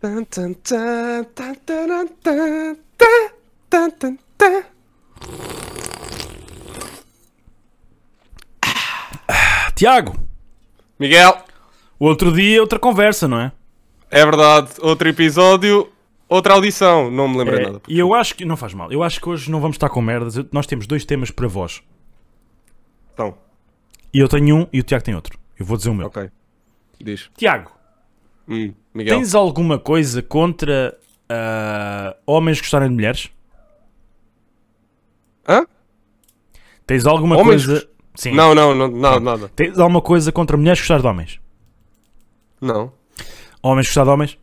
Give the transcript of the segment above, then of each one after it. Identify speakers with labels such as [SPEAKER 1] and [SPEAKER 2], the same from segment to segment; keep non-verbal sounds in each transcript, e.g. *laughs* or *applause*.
[SPEAKER 1] Tan, tan, tan, tan, taran, tan, tan, tan, tan, tan.
[SPEAKER 2] Tiago,
[SPEAKER 3] Miguel,
[SPEAKER 2] outro dia outra conversa, não é?
[SPEAKER 3] é verdade. Outro episódio, outra audição. Não me lembro
[SPEAKER 2] É,
[SPEAKER 3] nada.
[SPEAKER 2] e eu acho que, não faz mal, eu acho que hoje não vamos estar com merdas. Eu- Nós temos dois temas para vós.
[SPEAKER 3] Então,
[SPEAKER 2] E eu tenho um e o Tiago tem outro. Eu vou dizer o meu.
[SPEAKER 3] ok. Diz.
[SPEAKER 2] Tiago,
[SPEAKER 3] Hum, Miguel.
[SPEAKER 2] tens alguma coisa contra ah, homens gostarem de mulheres?
[SPEAKER 3] Hã?
[SPEAKER 2] Tens alguma
[SPEAKER 3] Homens
[SPEAKER 2] coisa. Sim.
[SPEAKER 3] Não, não, não, não, nada.
[SPEAKER 2] Tens alguma coisa contra mulheres gostar de homens?
[SPEAKER 3] Não,
[SPEAKER 2] Homens gostar de homens?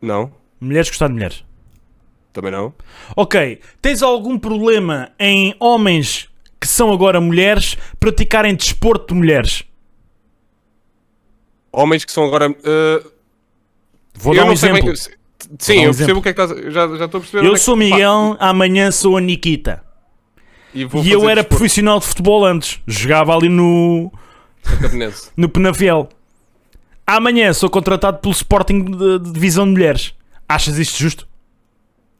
[SPEAKER 3] não.
[SPEAKER 2] Mulheres gostar de mulheres?
[SPEAKER 3] Também não.
[SPEAKER 2] Ok, tens algum problema em homens que são agora mulheres praticarem desporto de mulheres?
[SPEAKER 3] Homens que são agora. eh,
[SPEAKER 2] Vou
[SPEAKER 3] eu
[SPEAKER 2] dar um
[SPEAKER 3] não sei
[SPEAKER 2] exemplo.
[SPEAKER 3] bem. Sim, eu percebo
[SPEAKER 2] exemplo.
[SPEAKER 3] o que é que estás. eu Já, já estou a perceber.
[SPEAKER 2] Eu
[SPEAKER 3] onde é que-
[SPEAKER 2] sou Miguel, amanhã sou a Nikita.
[SPEAKER 3] Pá, e vou
[SPEAKER 2] e
[SPEAKER 3] fazer
[SPEAKER 2] eu era
[SPEAKER 3] desporto
[SPEAKER 2] profissional de futebol antes. Jogava ali no,
[SPEAKER 3] catarinense.
[SPEAKER 2] no Penafiel. Amanhã sou contratado pelo Sporting de, de Divisão de Mulheres. Achas isto justo?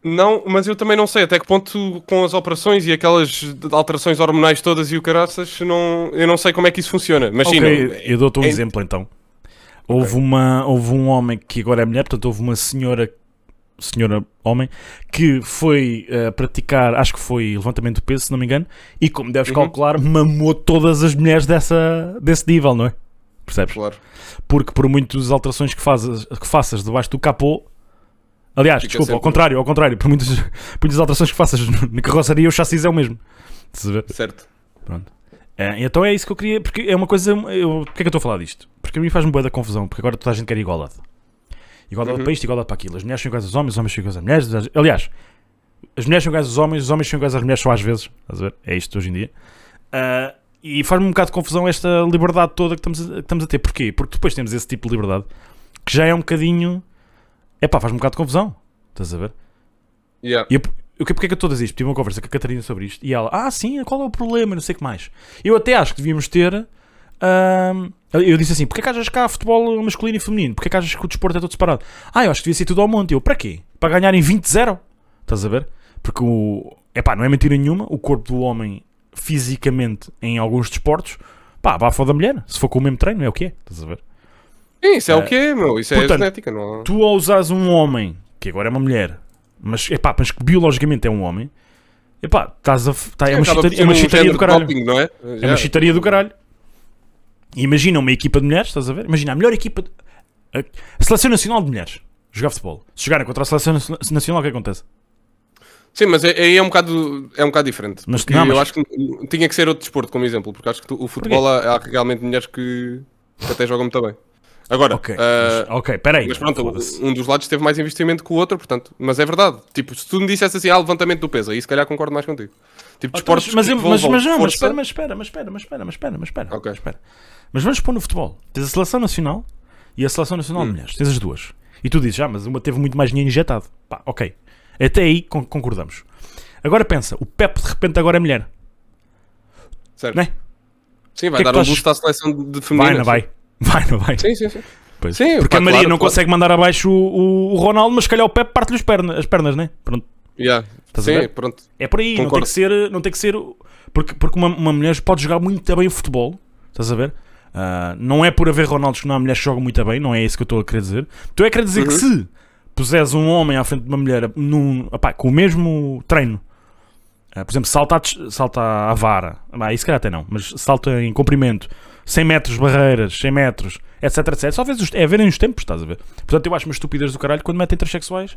[SPEAKER 3] Não, mas eu também não sei até que ponto com as operações e aquelas alterações hormonais todas e o caraças, não, eu não sei como é que isso funciona. Mas sim, não-
[SPEAKER 2] ok, eu dou-te um
[SPEAKER 3] é-
[SPEAKER 2] exemplo então. Houve, uma, houve um homem que agora é mulher, portanto, houve uma senhora, senhora homem, que foi eh, praticar, acho que foi levantamento de peso, se não me engano, e como
[SPEAKER 3] Uhum.
[SPEAKER 2] deves calcular, mamou todas as mulheres dessa, desse nível, não é? Percebes?
[SPEAKER 3] claro.
[SPEAKER 2] Porque por muitas alterações que, fazes, que faças debaixo do capô. Aliás,
[SPEAKER 3] Fica
[SPEAKER 2] desculpa, ao
[SPEAKER 3] sempre-
[SPEAKER 2] contrário, ao contrário, por muitas, *laughs* por muitas alterações que faças na carroceria, o chassis é o mesmo. Estás a ver?
[SPEAKER 3] Certo.
[SPEAKER 2] É, então é isso que eu queria, porque é uma coisa. Eu, porque é que eu estou a falar disto? Porque a mim faz-me boa da confusão, porque agora toda a gente quer igualdade. Igualdade para isto, igualdade para aquilo. As mulheres são iguais aos homens, os homens são iguais às mulheres. as- Aliás, as mulheres são iguais aos homens, os homens são iguais às mulheres só às vezes. Estás a ver? É isto hoje em dia. Ah, e faz-me um bocado de confusão esta liberdade toda que estamos, a, que estamos a ter. Porquê? Porque depois temos esse tipo de liberdade que já é um bocadinho. É pá, faz-me um bocado de confusão. Estás a ver?
[SPEAKER 3] Yeah.
[SPEAKER 2] E eu, eu, porquê é que eu estou a dizer isto? Tive uma conversa com a Catarina sobre isto e ela, ah, sim, qual é o problema? Não sei o que mais. Eu até acho que devíamos ter. ahm, eu disse assim: porquê que achas que há futebol masculino e feminino? Porquê que achas que o desporto é todo separado? Ah, eu acho que devia ser tudo ao monte. Eu, para quê? Para ganharem 20-0? Estás a ver? Porque o. Epá, não é mentira nenhuma, o corpo do homem fisicamente em alguns desportos, pá, vai foda da mulher. Se for com o mesmo treino, é o que é. Estás a ver?
[SPEAKER 3] Sim, isso é o que é, meu. Isso é
[SPEAKER 2] Eh, portanto,
[SPEAKER 3] genética, não há-
[SPEAKER 2] tu ao usares um homem, que agora é uma mulher, mas, epá, mas que biologicamente é um homem, epá, estás a, f- tá, é uma
[SPEAKER 3] Acaba por
[SPEAKER 2] chitaria,
[SPEAKER 3] ser
[SPEAKER 2] é uma
[SPEAKER 3] um
[SPEAKER 2] chitaria
[SPEAKER 3] género
[SPEAKER 2] do
[SPEAKER 3] de
[SPEAKER 2] caralho.
[SPEAKER 3] doping, não é?
[SPEAKER 2] É uma chitaria do caralho. E Imagina uma equipa de mulheres, estás a ver? Imagina a melhor equipa. de- A a Seleção Nacional de Mulheres. Jogar futebol. Se jogarem contra a Seleção Nacio- Nacional, o que acontece?
[SPEAKER 3] Sim, mas é- aí é, um bocado, é um bocado diferente.
[SPEAKER 2] Mas-
[SPEAKER 3] porque
[SPEAKER 2] não, mas-
[SPEAKER 3] eu acho que n- tinha que ser outro desporto, como exemplo, porque acho que tu- o futebol há, há realmente mulheres que, que até jogam muito bem. Agora,
[SPEAKER 2] Ok,
[SPEAKER 3] ah,
[SPEAKER 2] mas, ok, peraí.
[SPEAKER 3] Mas pronto,
[SPEAKER 2] foda-se.
[SPEAKER 3] um dos lados teve mais investimento que o outro, portanto. Mas é verdade. Tipo, se tu me dissesse assim, ah, levantamento do peso, aí se calhar concordo mais contigo. Tipo, desportos.
[SPEAKER 2] Então, mas,
[SPEAKER 3] que
[SPEAKER 2] eu-
[SPEAKER 3] vão-
[SPEAKER 2] mas,
[SPEAKER 3] vão
[SPEAKER 2] mas não, mas
[SPEAKER 3] força.
[SPEAKER 2] espera, mas espera, mas espera, mas espera, mas espera, mas espera.
[SPEAKER 3] Ok.
[SPEAKER 2] mas espera. Mas vamos pôr no futebol. Tens a seleção nacional e a seleção nacional
[SPEAKER 3] Hum.
[SPEAKER 2] de mulheres. Tens as duas. E tu dizes, ah, mas uma teve muito mais dinheiro injetado. Pá, ok. Até aí con- concordamos. Agora pensa, o Pep de repente agora é mulher,
[SPEAKER 3] Certo.
[SPEAKER 2] não é?
[SPEAKER 3] Sim, vai
[SPEAKER 2] que é
[SPEAKER 3] dar
[SPEAKER 2] que
[SPEAKER 3] um
[SPEAKER 2] tu
[SPEAKER 3] boost à seleção de feminina.
[SPEAKER 2] Vai, não vai. Vai, não vai.
[SPEAKER 3] Sim, sim, sim.
[SPEAKER 2] Pois.
[SPEAKER 3] Sim,
[SPEAKER 2] Porque
[SPEAKER 3] pá,
[SPEAKER 2] a Maria
[SPEAKER 3] claro,
[SPEAKER 2] não
[SPEAKER 3] claro.
[SPEAKER 2] consegue mandar abaixo o, o- o Ronaldo, mas se calhar o Pep parte-lhe as pernas, as pernas, né? Pronto.
[SPEAKER 3] Yeah.
[SPEAKER 2] a
[SPEAKER 3] Sim,
[SPEAKER 2] ver?
[SPEAKER 3] pronto.
[SPEAKER 2] É por aí, não tem
[SPEAKER 3] Concordo.
[SPEAKER 2] que ser. Não tem que ser porque porque uma, uma mulher pode jogar muito bem futebol, estás a ver? Ah, não é por haver Ronaldos que não há mulheres que jogam muito bem, não é isso que eu estou a querer dizer. Tu é querer dizer que se puseres um homem à frente de uma mulher num, opá, com o mesmo treino, ah, por exemplo, salta, a des- salta à vara, ah, isso calhar até não, mas salta em comprimento, 100 metros barreiras, 100 metros, etc, etc. Só vês os, é verem os tempos, estás a ver? Portanto, eu acho uma estupidez do caralho quando metem transexuais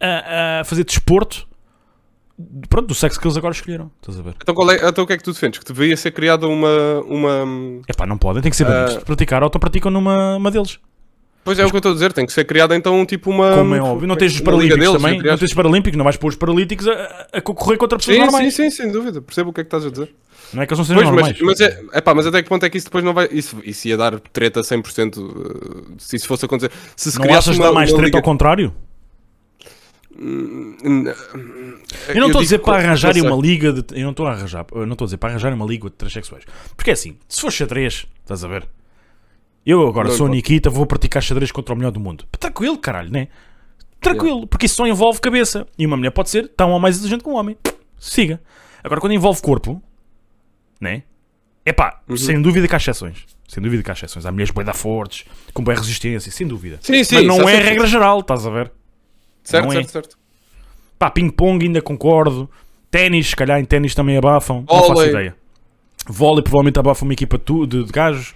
[SPEAKER 2] a, a fazer desporto pronto, do sexo que eles agora escolheram. Estás a ver?
[SPEAKER 3] Então, qual é, então o que é que tu defendes? Que deveria ser criada uma. uma...
[SPEAKER 2] É pá, não podem, tem que ser banidos.
[SPEAKER 3] Ah.
[SPEAKER 2] de praticar, autopraticam numa uma deles.
[SPEAKER 3] Pois é o que eu estou a dizer, tem que ser criada então tipo uma.
[SPEAKER 2] Como é óbvio. Não tens os
[SPEAKER 3] uma liga
[SPEAKER 2] paralímpicos
[SPEAKER 3] deles,
[SPEAKER 2] também.
[SPEAKER 3] entre
[SPEAKER 2] Não
[SPEAKER 3] aspas.
[SPEAKER 2] tens os paralímpicos, não vais pôr os paralíticos a, a concorrer contra pessoas
[SPEAKER 3] Sim, sim,
[SPEAKER 2] normais.
[SPEAKER 3] sim, sem dúvida. Percebo o que é que estás a dizer.
[SPEAKER 2] Não é que eles não sejam
[SPEAKER 3] Pois,
[SPEAKER 2] normais.
[SPEAKER 3] mas, mas, é, epá, mas até que ponto é que isso depois não vai. Isso, isso ia dar treta 100% eh, se isso fosse acontecer. Se se
[SPEAKER 2] não
[SPEAKER 3] criasse
[SPEAKER 2] achas que
[SPEAKER 3] uma-
[SPEAKER 2] dá mais
[SPEAKER 3] uma
[SPEAKER 2] treta
[SPEAKER 3] liga- eh,
[SPEAKER 2] ao contrário? Eu não
[SPEAKER 3] eu
[SPEAKER 2] estou a dizer
[SPEAKER 3] digo-
[SPEAKER 2] para arranjarem
[SPEAKER 3] não
[SPEAKER 2] uma
[SPEAKER 3] sei.
[SPEAKER 2] liga de. Eu não estou a arranjar. Eu não estou a dizer para arranjarem uma liga de transexuais. Porque é assim, se for xadrez, estás a ver? Eu agora
[SPEAKER 3] Não
[SPEAKER 2] sou o
[SPEAKER 3] importa.
[SPEAKER 2] Nikita, vou praticar xadrez contra o melhor do mundo. Tranquilo, caralho, né? Tranquilo, porque isso só envolve cabeça. E uma mulher pode ser tão ou mais inteligente que um homem. Siga. Agora, quando envolve corpo, né? Epá,
[SPEAKER 3] Uhum.
[SPEAKER 2] sem dúvida que há exceções. Sem dúvida que há exceções. Há mulheres bem da fortes, com boa resistência, sem dúvida.
[SPEAKER 3] Sim, sim.
[SPEAKER 2] Mas não
[SPEAKER 3] certo,
[SPEAKER 2] é a
[SPEAKER 3] certo,
[SPEAKER 2] regra geral, estás a ver?
[SPEAKER 3] Certo,
[SPEAKER 2] não é.
[SPEAKER 3] certo, certo.
[SPEAKER 2] Pá, ping-pong ainda concordo. Ténis, se calhar em ténis também abafam. Não faço
[SPEAKER 3] Vôlei.
[SPEAKER 2] ideia. Vôlei provavelmente abafa uma equipa tu- de, de gajos.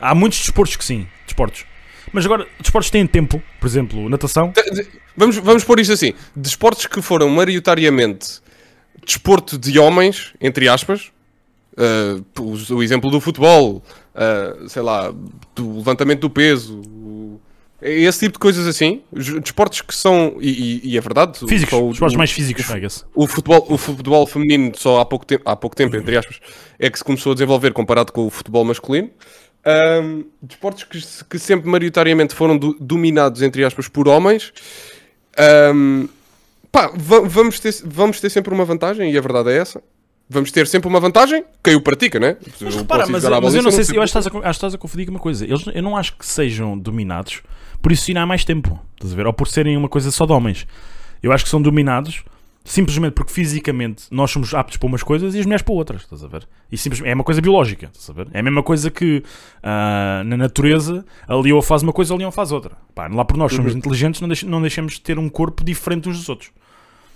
[SPEAKER 2] Há muitos desportos que sim, desportos. Mas agora, desportos têm tempo. Por exemplo, natação.
[SPEAKER 3] Te- de- Vamos, vamos pôr isto assim: desportos que foram maioritariamente desporto de homens, entre aspas, ah, os- o exemplo do futebol, ah, sei lá, do levantamento do peso, o- esse tipo de coisas assim. Os Desportos que são, e, e- e é verdade,
[SPEAKER 2] Físicos,
[SPEAKER 3] são o-
[SPEAKER 2] desportos
[SPEAKER 3] o-
[SPEAKER 2] mais físicos, pega-se.
[SPEAKER 3] o futebol, o futebol feminino só há pouco, tempo, há pouco tempo, entre aspas, é que se começou a desenvolver comparado com o futebol masculino. Ahm, desportos que, se- que sempre maioritariamente foram do- dominados, entre aspas, por homens. Ahm, pá, va- vamos ter, vamos ter sempre uma vantagem, e a verdade é essa. Vamos ter sempre uma vantagem, quem o pratica, né?
[SPEAKER 2] Mas
[SPEAKER 3] Eu
[SPEAKER 2] repara,
[SPEAKER 3] posso ir
[SPEAKER 2] mas,
[SPEAKER 3] jogar à
[SPEAKER 2] mas eu
[SPEAKER 3] bola,
[SPEAKER 2] não sei
[SPEAKER 3] isso
[SPEAKER 2] se. Eu acho que estás a, co- acho que estás a confundir com uma coisa. Eles, eu não acho que sejam dominados, por isso sim há mais tempo. Estás a ver? Ou por serem uma coisa só de homens. Eu acho que são dominados simplesmente porque fisicamente nós somos aptos para umas coisas e as mulheres para outras. Estás a ver? E simplesmente, é uma coisa biológica. Estás a ver? É a mesma coisa que ah, na natureza a leoa faz uma coisa, a leão faz outra. Pá, lá por nós somos inteligentes, não, deixe- não deixamos de ter um corpo diferente uns dos outros.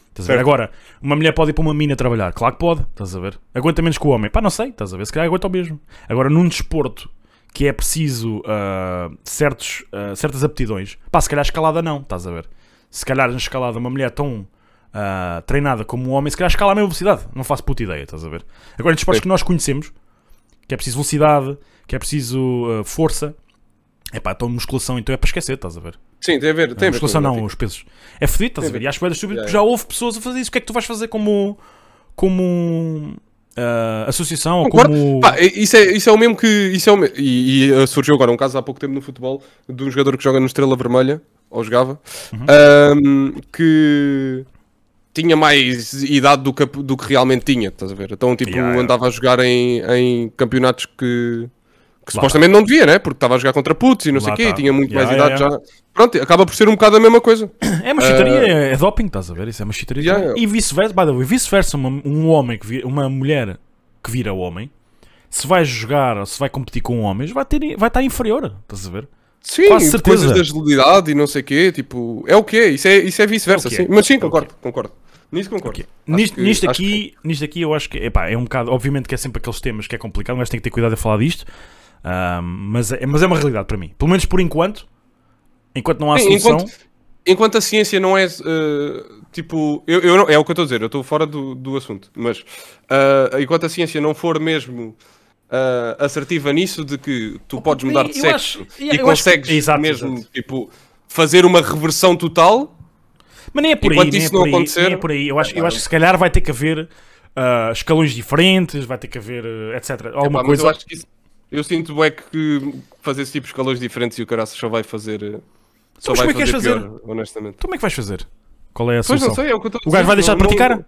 [SPEAKER 2] Estás a ver?
[SPEAKER 3] Certo.
[SPEAKER 2] Agora, uma mulher pode ir para uma mina trabalhar, claro que pode, estás a ver? Aguenta menos que o homem, pá, não sei, estás a ver? Se calhar aguenta o mesmo. Agora, num desporto que é preciso ah, certos, ah, certas aptidões, pá, se calhar escalada não, estás a ver? Se calhar na escalada uma mulher tão ah, treinada como um homem, se calhar escala a mesma velocidade, não faço puta ideia, estás a ver? Agora, em desportos
[SPEAKER 3] Sim.
[SPEAKER 2] que nós conhecemos, que é preciso velocidade, que é preciso ah, força, é pá, então musculação, então é para esquecer, estás a ver?
[SPEAKER 3] Sim, tem a ver. Tem
[SPEAKER 2] Não,
[SPEAKER 3] a ver
[SPEAKER 2] musculação
[SPEAKER 3] com-
[SPEAKER 2] não, os pesos. É fedido, estás a ver? E acho que é estúpido porque já houve pessoas a fazer isso. O que é que tu vais fazer como. como. ah, associação ou
[SPEAKER 3] Concordo.
[SPEAKER 2] como.
[SPEAKER 3] Pá, isso, é, isso é o mesmo que. Isso é o me- e, e, uh, surgiu agora um caso há pouco tempo no futebol de um jogador que joga no Estrela Vermelha, ou jogava,
[SPEAKER 2] Uhum.
[SPEAKER 3] ahm, que tinha mais idade do que, a- do que realmente tinha, estás a ver? Então, tipo,
[SPEAKER 2] Yeah, yeah.
[SPEAKER 3] andava a jogar em, em campeonatos que. Que
[SPEAKER 2] Lá tá.
[SPEAKER 3] supostamente não devia, né? Porque estava a jogar contra putos e não sei
[SPEAKER 2] Lá
[SPEAKER 3] o quê, e
[SPEAKER 2] tá.
[SPEAKER 3] tinha muito
[SPEAKER 2] Yeah,
[SPEAKER 3] mais
[SPEAKER 2] yeah,
[SPEAKER 3] idade já. Pronto, acaba por ser um bocado a mesma coisa.
[SPEAKER 2] É uma chitaria, é- é doping, estás a ver? Isso é uma chitaria.
[SPEAKER 3] ah, Yeah, yeah.
[SPEAKER 2] também. E vice-versa, by the way, vice-versa, uma, um homem que vi- uma mulher que vira homem, se vai jogar ou se vai competir com homens, vai, ter, vai estar inferior, estás a ver?
[SPEAKER 3] Sim,
[SPEAKER 2] Quase certeza.
[SPEAKER 3] coisas da agilidade e não sei o quê, tipo, é o que é, isso é, isso é vice-versa,
[SPEAKER 2] É o que é.
[SPEAKER 3] sim. Mas sim,
[SPEAKER 2] É o que
[SPEAKER 3] concordo, concordo. Nisso concordo.
[SPEAKER 2] Ok.
[SPEAKER 3] Acho
[SPEAKER 2] Nisto,
[SPEAKER 3] que-
[SPEAKER 2] nisto
[SPEAKER 3] acho
[SPEAKER 2] aqui, nisto aqui eu acho que epá, é um bocado. Obviamente que é sempre aqueles temas que é complicado, mas tem que ter cuidado a falar disto. Ahm, mas, é, mas é uma realidade para mim. Pelo menos por enquanto. Enquanto não há
[SPEAKER 3] Sim,
[SPEAKER 2] solução.
[SPEAKER 3] enquanto, enquanto a ciência não é eh, tipo. Eu, eu não- é o que eu estou a dizer, eu estou fora do, do assunto. Mas ah, enquanto a ciência não for mesmo ah, assertiva nisso de que tu podes mudar de
[SPEAKER 2] eu
[SPEAKER 3] sexo
[SPEAKER 2] acho-
[SPEAKER 3] e
[SPEAKER 2] eu acho que-
[SPEAKER 3] consegues
[SPEAKER 2] Exato,
[SPEAKER 3] mesmo
[SPEAKER 2] exato.
[SPEAKER 3] tipo fazer uma reversão total.
[SPEAKER 2] Mas nem é por aí,
[SPEAKER 3] Enquanto
[SPEAKER 2] nem é
[SPEAKER 3] isso
[SPEAKER 2] por
[SPEAKER 3] não
[SPEAKER 2] aí,
[SPEAKER 3] acontecer-
[SPEAKER 2] nem é por aí. Eu acho, eu acho que se calhar vai ter que haver ah, escalões diferentes, vai ter que haver, eh, etc. Alguma
[SPEAKER 3] Pá, mas eu
[SPEAKER 2] coisa.
[SPEAKER 3] acho que isso- eu sinto é que fazer esse tipo de escalões diferentes e o caraças só vai fazer. eh, Só
[SPEAKER 2] Mas
[SPEAKER 3] vai
[SPEAKER 2] como é que
[SPEAKER 3] fazer,
[SPEAKER 2] queres
[SPEAKER 3] pior,
[SPEAKER 2] fazer?
[SPEAKER 3] honestamente.
[SPEAKER 2] Como é que vais fazer? Qual é a
[SPEAKER 3] Pois
[SPEAKER 2] solução?
[SPEAKER 3] não sei, é o que eu estou a
[SPEAKER 2] O gajo
[SPEAKER 3] dizer,
[SPEAKER 2] vai deixar de
[SPEAKER 3] não- não-
[SPEAKER 2] praticar?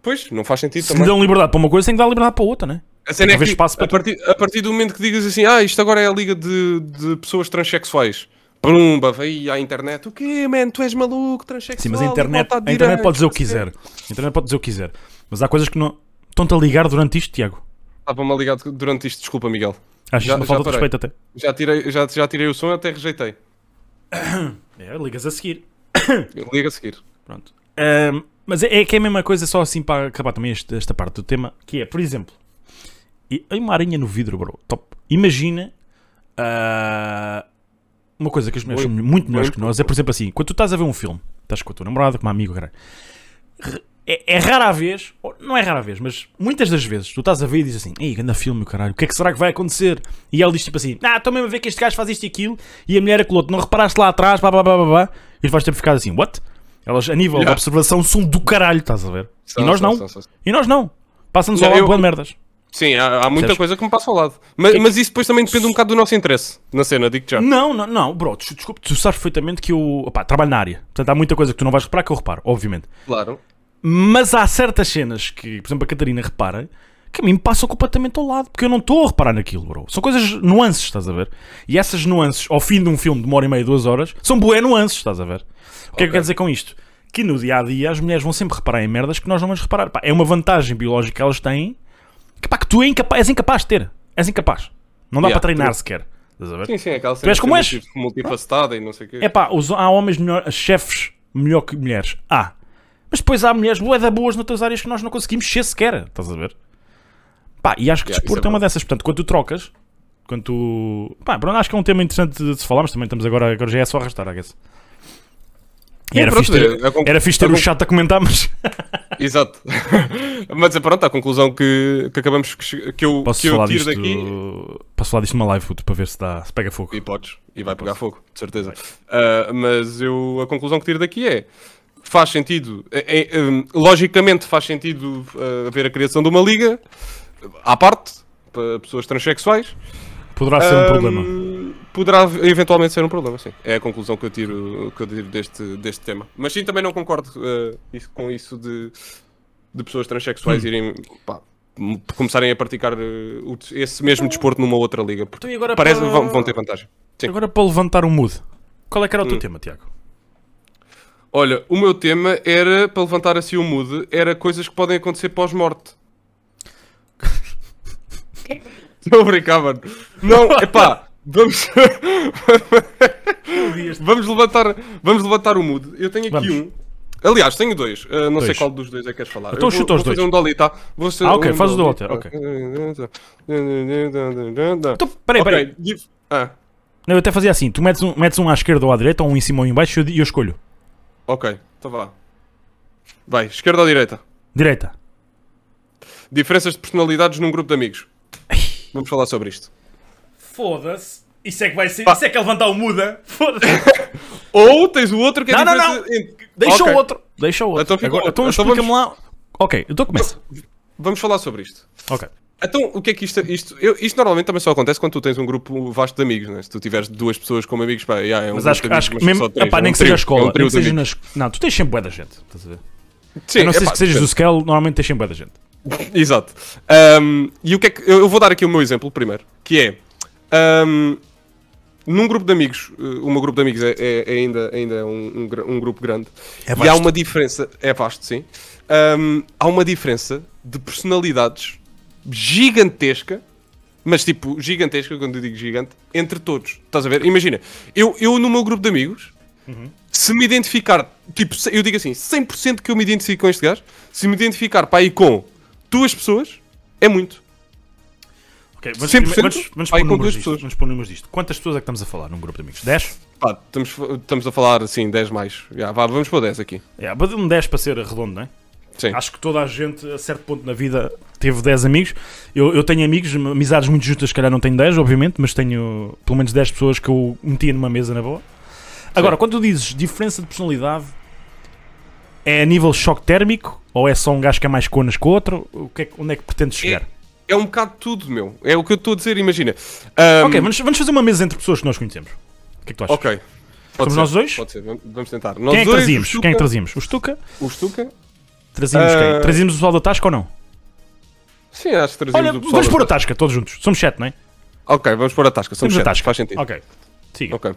[SPEAKER 3] Pois, não faz sentido
[SPEAKER 2] Se lhe
[SPEAKER 3] também.
[SPEAKER 2] dão liberdade para uma coisa, tem que dar liberdade para outra, né?
[SPEAKER 3] A cena
[SPEAKER 2] Não
[SPEAKER 3] é
[SPEAKER 2] haver
[SPEAKER 3] que,
[SPEAKER 2] espaço para
[SPEAKER 3] a, partir, a partir do momento que digas assim, ah, isto agora é a liga de, de pessoas transexuais. Pumba, veio à internet. O quê, man? Tu és maluco, transexual?
[SPEAKER 2] Sim, mas a internet,
[SPEAKER 3] igualdade de
[SPEAKER 2] a internet
[SPEAKER 3] direitos,
[SPEAKER 2] pode dizer o que
[SPEAKER 3] não sei
[SPEAKER 2] quiser. A internet pode dizer o que quiser. Mas há coisas que não. Estão-te a ligar durante isto, Tiago?
[SPEAKER 3] Estava-me a ligar durante isto, desculpa, Miguel.
[SPEAKER 2] Acho
[SPEAKER 3] Já-
[SPEAKER 2] isto
[SPEAKER 3] já
[SPEAKER 2] uma falta de
[SPEAKER 3] parei.
[SPEAKER 2] respeito até.
[SPEAKER 3] Já tirei, já, já tirei o som até rejeitei.
[SPEAKER 2] É, ligas a seguir.
[SPEAKER 3] Liga a seguir.
[SPEAKER 2] Pronto. Ahm, mas é, é que é a mesma coisa, só assim para acabar também este- esta parte do tema, que é, por exemplo, e, ai, uma aranha no vidro, bro. Top. Imagina ah, uma coisa que as mulheres são muito melhores que nós. É, por exemplo, assim, quando tu estás a ver um filme, estás com a tua namorada, com uma amiga, caralho. re- É, é rara a vez, ou não é rara a vez, mas muitas das vezes tu estás a ver e dizes assim: Ei, grande filme, meu caralho, o que é que será que vai acontecer? E ela diz tipo assim: Ah, estou mesmo a ver que este gajo faz isto e aquilo, e a mulher é colote, não reparaste lá atrás, blá blá blá blá blá, e tu vais ter ficado assim: What? Elas, a nível de
[SPEAKER 3] Yeah.
[SPEAKER 2] observação, são do caralho, estás a ver?
[SPEAKER 3] São,
[SPEAKER 2] e nós
[SPEAKER 3] são,
[SPEAKER 2] não,
[SPEAKER 3] são, são, são.
[SPEAKER 2] e nós não, passa-nos ao
[SPEAKER 3] Não,
[SPEAKER 2] lado
[SPEAKER 3] eu-
[SPEAKER 2] boas merdas.
[SPEAKER 3] Sim, há, há muita
[SPEAKER 2] Percebes?
[SPEAKER 3] coisa que me passa ao lado. Mas,
[SPEAKER 2] é
[SPEAKER 3] mas isso depois também depende um bocado do nosso interesse na cena, digo já.
[SPEAKER 2] Não, não, não, bro, des- desculpa, tu sabes perfeitamente que eu opá, trabalho na área, portanto há muita coisa que tu não vais reparar que eu reparo, obviamente.
[SPEAKER 3] Claro.
[SPEAKER 2] Mas há certas cenas que, por exemplo, a Catarina repara que a mim me passam completamente ao lado, porque eu não estou a reparar naquilo, bro. São coisas, nuances, estás a ver? E essas nuances, ao fim de um filme de uma hora e meia, duas horas, são boé nuances, estás a ver? O que é que eu quero dizer com isto? Que no dia a dia as mulheres vão sempre reparar em merdas que nós não vamos reparar. Pá, é uma vantagem biológica que elas têm que, pá, que tu é incapa- és incapaz de ter. És incapaz. Não dá
[SPEAKER 3] Yeah,
[SPEAKER 2] para treinar
[SPEAKER 3] true.
[SPEAKER 2] sequer. Estás a ver?
[SPEAKER 3] Sim, sim, é aquela cena.
[SPEAKER 2] Tu és
[SPEAKER 3] de
[SPEAKER 2] como
[SPEAKER 3] ser
[SPEAKER 2] és.
[SPEAKER 3] multi- Multifacetada e não sei o quê.
[SPEAKER 2] É pá, os- há homens melhor, chefes melhor que mulheres. Há. Mas depois há mulheres bué da boas noutras áreas que nós não conseguimos ser sequer. Estás a ver? Pá, e acho que
[SPEAKER 3] Yeah,
[SPEAKER 2] desporto
[SPEAKER 3] isso
[SPEAKER 2] é
[SPEAKER 3] é
[SPEAKER 2] uma
[SPEAKER 3] verdade.
[SPEAKER 2] dessas. Portanto, quando tu trocas, quando tu... Pá, pronto, acho que é um tema interessante de se falarmos. Também estamos agora... Agora já é só arrastar, I guess. E
[SPEAKER 3] Sim, É,
[SPEAKER 2] era,
[SPEAKER 3] pronto,
[SPEAKER 2] fixe ter,
[SPEAKER 3] eu concordo.
[SPEAKER 2] era fixe ter
[SPEAKER 3] Eu
[SPEAKER 2] o
[SPEAKER 3] concordo.
[SPEAKER 2] chato a
[SPEAKER 3] *laughs*
[SPEAKER 2] comentar, mas...
[SPEAKER 3] Exato. *laughs* Mas eh, pronto, a conclusão que, que acabamos que, che- que eu,
[SPEAKER 2] Posso
[SPEAKER 3] que eu
[SPEAKER 2] falar
[SPEAKER 3] tiro
[SPEAKER 2] disto...
[SPEAKER 3] daqui.
[SPEAKER 2] Posso falar disto numa live, puto, para ver se, dá, se pega fogo.
[SPEAKER 3] E podes, e vai pegar fogo, de certeza. Ah, mas eu, a conclusão que tiro daqui é: faz sentido, é- é, hum, logicamente faz sentido ah, haver a criação de uma liga à parte para pessoas transexuais.
[SPEAKER 2] Poderá ser um
[SPEAKER 3] Hum,
[SPEAKER 2] problema.
[SPEAKER 3] Poderá eventualmente ser um problema, sim. É a conclusão que eu tiro, que eu tiro deste, deste tema. Mas sim, também não concordo ah, isso- com isso de, de pessoas transexuais
[SPEAKER 2] Hum.
[SPEAKER 3] irem pá, m- começarem a praticar ah, o des- esse mesmo desporto numa outra liga. Porque
[SPEAKER 2] Então, e agora
[SPEAKER 3] parece
[SPEAKER 2] para-
[SPEAKER 3] vão, vão ter vantagem. Sim.
[SPEAKER 2] Agora para levantar o mood. Qual é que era o
[SPEAKER 3] hum.
[SPEAKER 2] teu tema, Tiago?
[SPEAKER 3] Olha, o meu tema era, para levantar assim o mood, era coisas que podem acontecer
[SPEAKER 2] *laughs*
[SPEAKER 3] pós-morte. Estou a brincar, mano. Não, epá, vamos... vamos, levantar, vamos levantar o mood. Eu tenho aqui
[SPEAKER 2] Vamos.
[SPEAKER 3] um. Aliás, tenho dois. Ah, não sei
[SPEAKER 2] Dois.
[SPEAKER 3] qual dos dois é que queres falar.
[SPEAKER 2] Então
[SPEAKER 3] Eu
[SPEAKER 2] chuta os
[SPEAKER 3] vou fazer
[SPEAKER 2] dois.
[SPEAKER 3] um dolly, tá? Vou fazer
[SPEAKER 2] Ah, ok, faz o do
[SPEAKER 3] dolly.
[SPEAKER 2] Walter, ok.
[SPEAKER 3] Então,
[SPEAKER 2] Então, peraí, peraí.
[SPEAKER 3] Ok, give- ah,
[SPEAKER 2] Não, eu até fazia assim: tu metes um, metes um à esquerda ou à direita, ou um em cima ou em baixo, e eu, di- eu escolho.
[SPEAKER 3] ok, então vá lá. Vai, esquerda ou direita?
[SPEAKER 2] Direita.
[SPEAKER 3] Diferenças de personalidades num grupo de amigos. Vamos falar sobre isto.
[SPEAKER 2] Foda-se. Isso é que vai ser. Isso é que é levantar o muda. *laughs* Foda-se.
[SPEAKER 3] Ou tens o outro que é
[SPEAKER 2] Não, não,
[SPEAKER 3] diferença
[SPEAKER 2] não.
[SPEAKER 3] entre-
[SPEAKER 2] Deixa
[SPEAKER 3] Ok,
[SPEAKER 2] o outro. Deixa o outro.
[SPEAKER 3] Então fica
[SPEAKER 2] Agora,
[SPEAKER 3] outro.
[SPEAKER 2] então
[SPEAKER 3] Então
[SPEAKER 2] explica-me lá. Ok, então começa.
[SPEAKER 3] Vamos falar sobre isto.
[SPEAKER 2] Ok.
[SPEAKER 3] Então, o que é que isto... Isto, eu- isto normalmente também só acontece quando tu tens um grupo vasto de amigos, né? Se tu tiveres duas pessoas como amigos, pá, yeah, é um
[SPEAKER 2] Mas
[SPEAKER 3] grupo de
[SPEAKER 2] acho, que-
[SPEAKER 3] amigos,
[SPEAKER 2] acho
[SPEAKER 3] mas
[SPEAKER 2] que mesmo.
[SPEAKER 3] só três,
[SPEAKER 2] epá,
[SPEAKER 3] é um
[SPEAKER 2] nem que seja
[SPEAKER 3] trio,
[SPEAKER 2] a escola.
[SPEAKER 3] é um
[SPEAKER 2] nem
[SPEAKER 3] trio
[SPEAKER 2] que
[SPEAKER 3] de
[SPEAKER 2] seja
[SPEAKER 3] amigos.
[SPEAKER 2] na escola. Não, tu tens sempre bué da gente. Estás a ver?
[SPEAKER 3] Sim,
[SPEAKER 2] a não ser
[SPEAKER 3] epá,
[SPEAKER 2] que sejas do
[SPEAKER 3] depende.
[SPEAKER 2] Scale, normalmente tens sempre bué da gente.
[SPEAKER 3] *laughs* Exato. Ahm, e o que é que... Eu, eu vou dar aqui o meu exemplo primeiro, que é... ahm, num grupo de amigos, uh, o meu grupo de amigos é, é- é ainda, ainda é um, um gra- um grupo grande. e há
[SPEAKER 2] vasto.
[SPEAKER 3] uma diferença, é vasto, sim. Ahm, há uma diferença de personalidades gigantesca, mas tipo, gigantesca, quando eu digo gigante, entre todos. Estás a ver? Imagina, eu, eu no meu grupo de amigos, se me identificar, tipo, se- eu digo assim, 100% que eu me identifico com este gajo, se me identificar para aí com duas pessoas, é muito.
[SPEAKER 2] Ok, vamos,
[SPEAKER 3] 100%
[SPEAKER 2] vamos, vamos
[SPEAKER 3] vai
[SPEAKER 2] pôr
[SPEAKER 3] com
[SPEAKER 2] números
[SPEAKER 3] duas
[SPEAKER 2] disto.
[SPEAKER 3] pessoas.
[SPEAKER 2] Vamos pôr números disto. Quantas pessoas é que estamos a falar num grupo de amigos? 10?
[SPEAKER 3] Pá, estamos, estamos a falar assim, 10 mais. Já, vá, vamos para o 10 aqui.
[SPEAKER 2] É, yeah, um 10 para ser redondo, não é?
[SPEAKER 3] Sim.
[SPEAKER 2] Acho que toda a gente, a certo ponto na vida, teve 10 amigos. Eu, eu tenho amigos, amizades muito justas, se calhar não tenho 10, obviamente, mas tenho pelo menos 10 pessoas que eu metia numa mesa na boa. Agora, quando tu dizes diferença de personalidade, é a nível choque térmico? Ou é só um gajo que é mais conas que o outro? O que é que- onde é que pretendes chegar?
[SPEAKER 3] É um bocado tudo, meu. É o que eu estou a dizer, imagina. Ahm,
[SPEAKER 2] Ok, vamos, vamos fazer uma mesa entre pessoas que nós conhecemos. O que é que tu achas?
[SPEAKER 3] Ok.
[SPEAKER 2] Somos
[SPEAKER 3] Pode ser,
[SPEAKER 2] nós dois?
[SPEAKER 3] Pode ser, vamos- vamos tentar.
[SPEAKER 2] Quem é que
[SPEAKER 3] dois,
[SPEAKER 2] trazíamos?
[SPEAKER 3] o
[SPEAKER 2] Quem é que
[SPEAKER 3] Stuka-
[SPEAKER 2] trazíamos? O Stuka?
[SPEAKER 3] O Stuka?
[SPEAKER 2] Trazíamos quem?
[SPEAKER 3] Ah.
[SPEAKER 2] Trazíamos o pessoal da Tasca ou não?
[SPEAKER 3] Sim, acho que trazíamos
[SPEAKER 2] Olha,
[SPEAKER 3] o pessoal.
[SPEAKER 2] vamos
[SPEAKER 3] da-
[SPEAKER 2] pôr a Tasca, todos juntos. Somos 7, não é?
[SPEAKER 3] Ok, vamos pôr a tasca. Somos
[SPEAKER 2] Temos a
[SPEAKER 3] sete,
[SPEAKER 2] Tasca.
[SPEAKER 3] Faz sentido.
[SPEAKER 2] Ok. Siga.
[SPEAKER 3] Ok.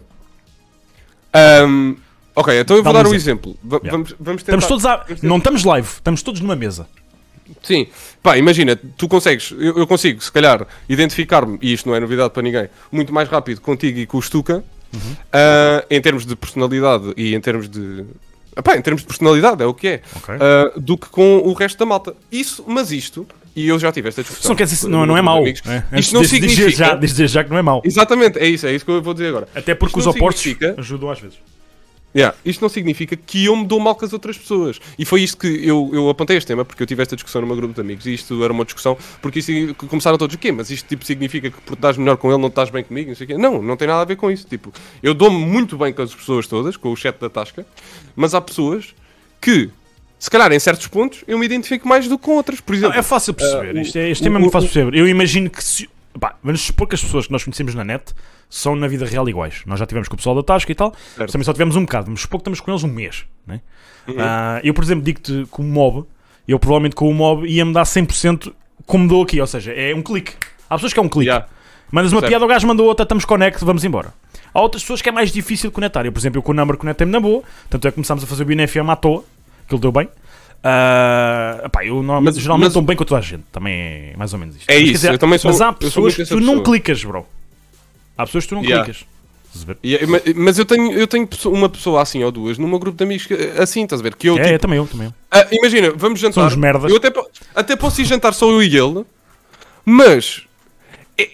[SPEAKER 3] Ahm, ok, então eu vou
[SPEAKER 2] Dá um
[SPEAKER 3] dar um exemplo. Va- Vamos, vamos tentar.
[SPEAKER 2] Estamos todos a... Não estamos live, estamos todos numa mesa.
[SPEAKER 3] Sim. Pá, imagina, tu consegues, eu, eu consigo, se calhar, identificar-me, e isto não é novidade para ninguém, muito mais rápido contigo e com o Stuka, ah, em termos de personalidade e em termos de. Ah, pá, em termos de personalidade, é o que é.
[SPEAKER 2] Ok.
[SPEAKER 3] ah, do que com o resto da malta. Isso, mas isto, e eu já tive esta
[SPEAKER 2] Isso
[SPEAKER 3] discussão.
[SPEAKER 2] não quer dizer,
[SPEAKER 3] com
[SPEAKER 2] não, não é
[SPEAKER 3] meus
[SPEAKER 2] mau.
[SPEAKER 3] amigos.
[SPEAKER 2] né? Antes
[SPEAKER 3] Isto não
[SPEAKER 2] de- de dizer
[SPEAKER 3] significa.
[SPEAKER 2] já, de dizer já que não é mau.
[SPEAKER 3] Exatamente, é isso, é isso que eu vou dizer agora.
[SPEAKER 2] Até porque
[SPEAKER 3] Isto
[SPEAKER 2] os
[SPEAKER 3] não
[SPEAKER 2] opostos
[SPEAKER 3] significa-
[SPEAKER 2] ajudam às vezes.
[SPEAKER 3] Yeah, Isto não significa que eu me dou mal com as outras pessoas. E foi isto que eu, eu apontei este tema, porque eu tive esta discussão numa grupo de amigos e isto era uma discussão, porque isso, que começaram todos o quê? Mas isto tipo, significa que por estás melhor com ele não estás bem comigo, não sei o quê. Não, não tem nada a ver com isso. Tipo, eu dou-me muito bem com as pessoas todas, com o chat da Tasca, mas há pessoas que, se calhar em certos pontos, eu me identifico mais do que com outras. Por
[SPEAKER 2] Não,
[SPEAKER 3] exemplo,
[SPEAKER 2] é fácil perceber.
[SPEAKER 3] Ah, o-
[SPEAKER 2] isto é, este
[SPEAKER 3] o-
[SPEAKER 2] tema é
[SPEAKER 3] o-
[SPEAKER 2] muito fácil perceber. Eu imagino que se. pá, vamos supor que as pessoas que nós conhecemos na net são na vida real iguais. Nós já tivemos com o pessoal da Tasca e tal, mas também só tivemos um bocado. Vamos supor que estamos com eles um mês. Né?
[SPEAKER 3] Uhum.
[SPEAKER 2] Ah, eu, por exemplo, digo-te que o mob, eu provavelmente com o mob ia-me dar 100% como dou aqui, ou seja, é um clique. Há pessoas que é um clique.
[SPEAKER 3] Yeah.
[SPEAKER 2] Mandas uma
[SPEAKER 3] Certo.
[SPEAKER 2] piada, o gajo mandou outra, estamos connect, vamos embora. Há outras pessoas que é mais difícil de conectar. Eu, por exemplo, eu com o number conectei-me na boa, tanto é que começámos a fazer o BNFM à toa, que ele deu bem. Ah, epá, eu norma-
[SPEAKER 3] Mas-
[SPEAKER 2] geralmente
[SPEAKER 3] mas-
[SPEAKER 2] estou bem com toda a gente, também é mais ou menos isto.
[SPEAKER 3] É
[SPEAKER 2] Mas,
[SPEAKER 3] isso,
[SPEAKER 2] quer dizer,
[SPEAKER 3] eu também sou-
[SPEAKER 2] Mas há
[SPEAKER 3] eu sou
[SPEAKER 2] pessoas que
[SPEAKER 3] muito
[SPEAKER 2] tu
[SPEAKER 3] essa
[SPEAKER 2] não
[SPEAKER 3] pessoa.
[SPEAKER 2] clicas, bro. Há pessoas que tu não
[SPEAKER 3] Yeah.
[SPEAKER 2] clicas. Estás a ver?
[SPEAKER 3] E- é, ma- mas eu tenho, eu tenho pesso- uma pessoa assim ou duas numa grupo de amigos que- assim, estás a ver? Que eu,
[SPEAKER 2] É,
[SPEAKER 3] tipo,
[SPEAKER 2] é, também eu, também eu.
[SPEAKER 3] Ah, imagina, vamos jantar.
[SPEAKER 2] São uns merdas.
[SPEAKER 3] Eu até, po- até posso ir jantar só eu e ele, mas é-